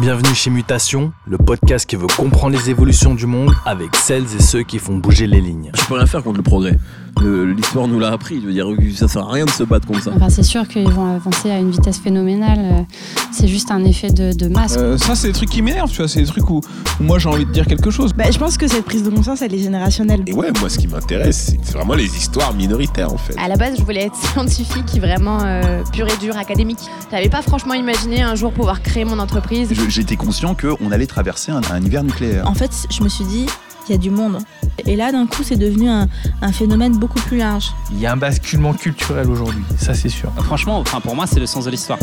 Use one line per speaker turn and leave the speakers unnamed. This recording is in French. Bienvenue chez Mutation, le podcast qui veut comprendre les évolutions du monde avec celles et ceux qui font bouger les lignes.
Je peux rien faire contre le progrès. Le- L'histoire nous l'a appris. Je veux dire, ça sert à rien de se battre comme ça.
Enfin, c'est sûr qu'ils vont avancer à une vitesse phénoménale. euh, C'est juste un effet de, de masse.
Euh, ça, c'est des trucs qui m'énervent, tu vois. C'est des trucs où, où moi j'ai envie de dire quelque chose.
Bah, je pense que cette prise de conscience, elle est générationnelle.
Et ouais, moi, ce qui m'intéresse, c'est vraiment les histoires minoritaires, en fait.
À la base, je voulais être scientifique, vraiment euh, pur et dur, académique. J'avais pas franchement imaginé un jour pouvoir créer mon entreprise.
Je- J'étais conscient qu'on allait traverser un, un hiver nucléaire.
En fait, je me suis dit, il y a du monde. Et là, d'un coup, c'est devenu un, un phénomène beaucoup plus large.
Il y a un basculement culturel aujourd'hui, ça c'est sûr.
Ah, Franchement, enfin, pour moi, c'est le sens de l'histoire.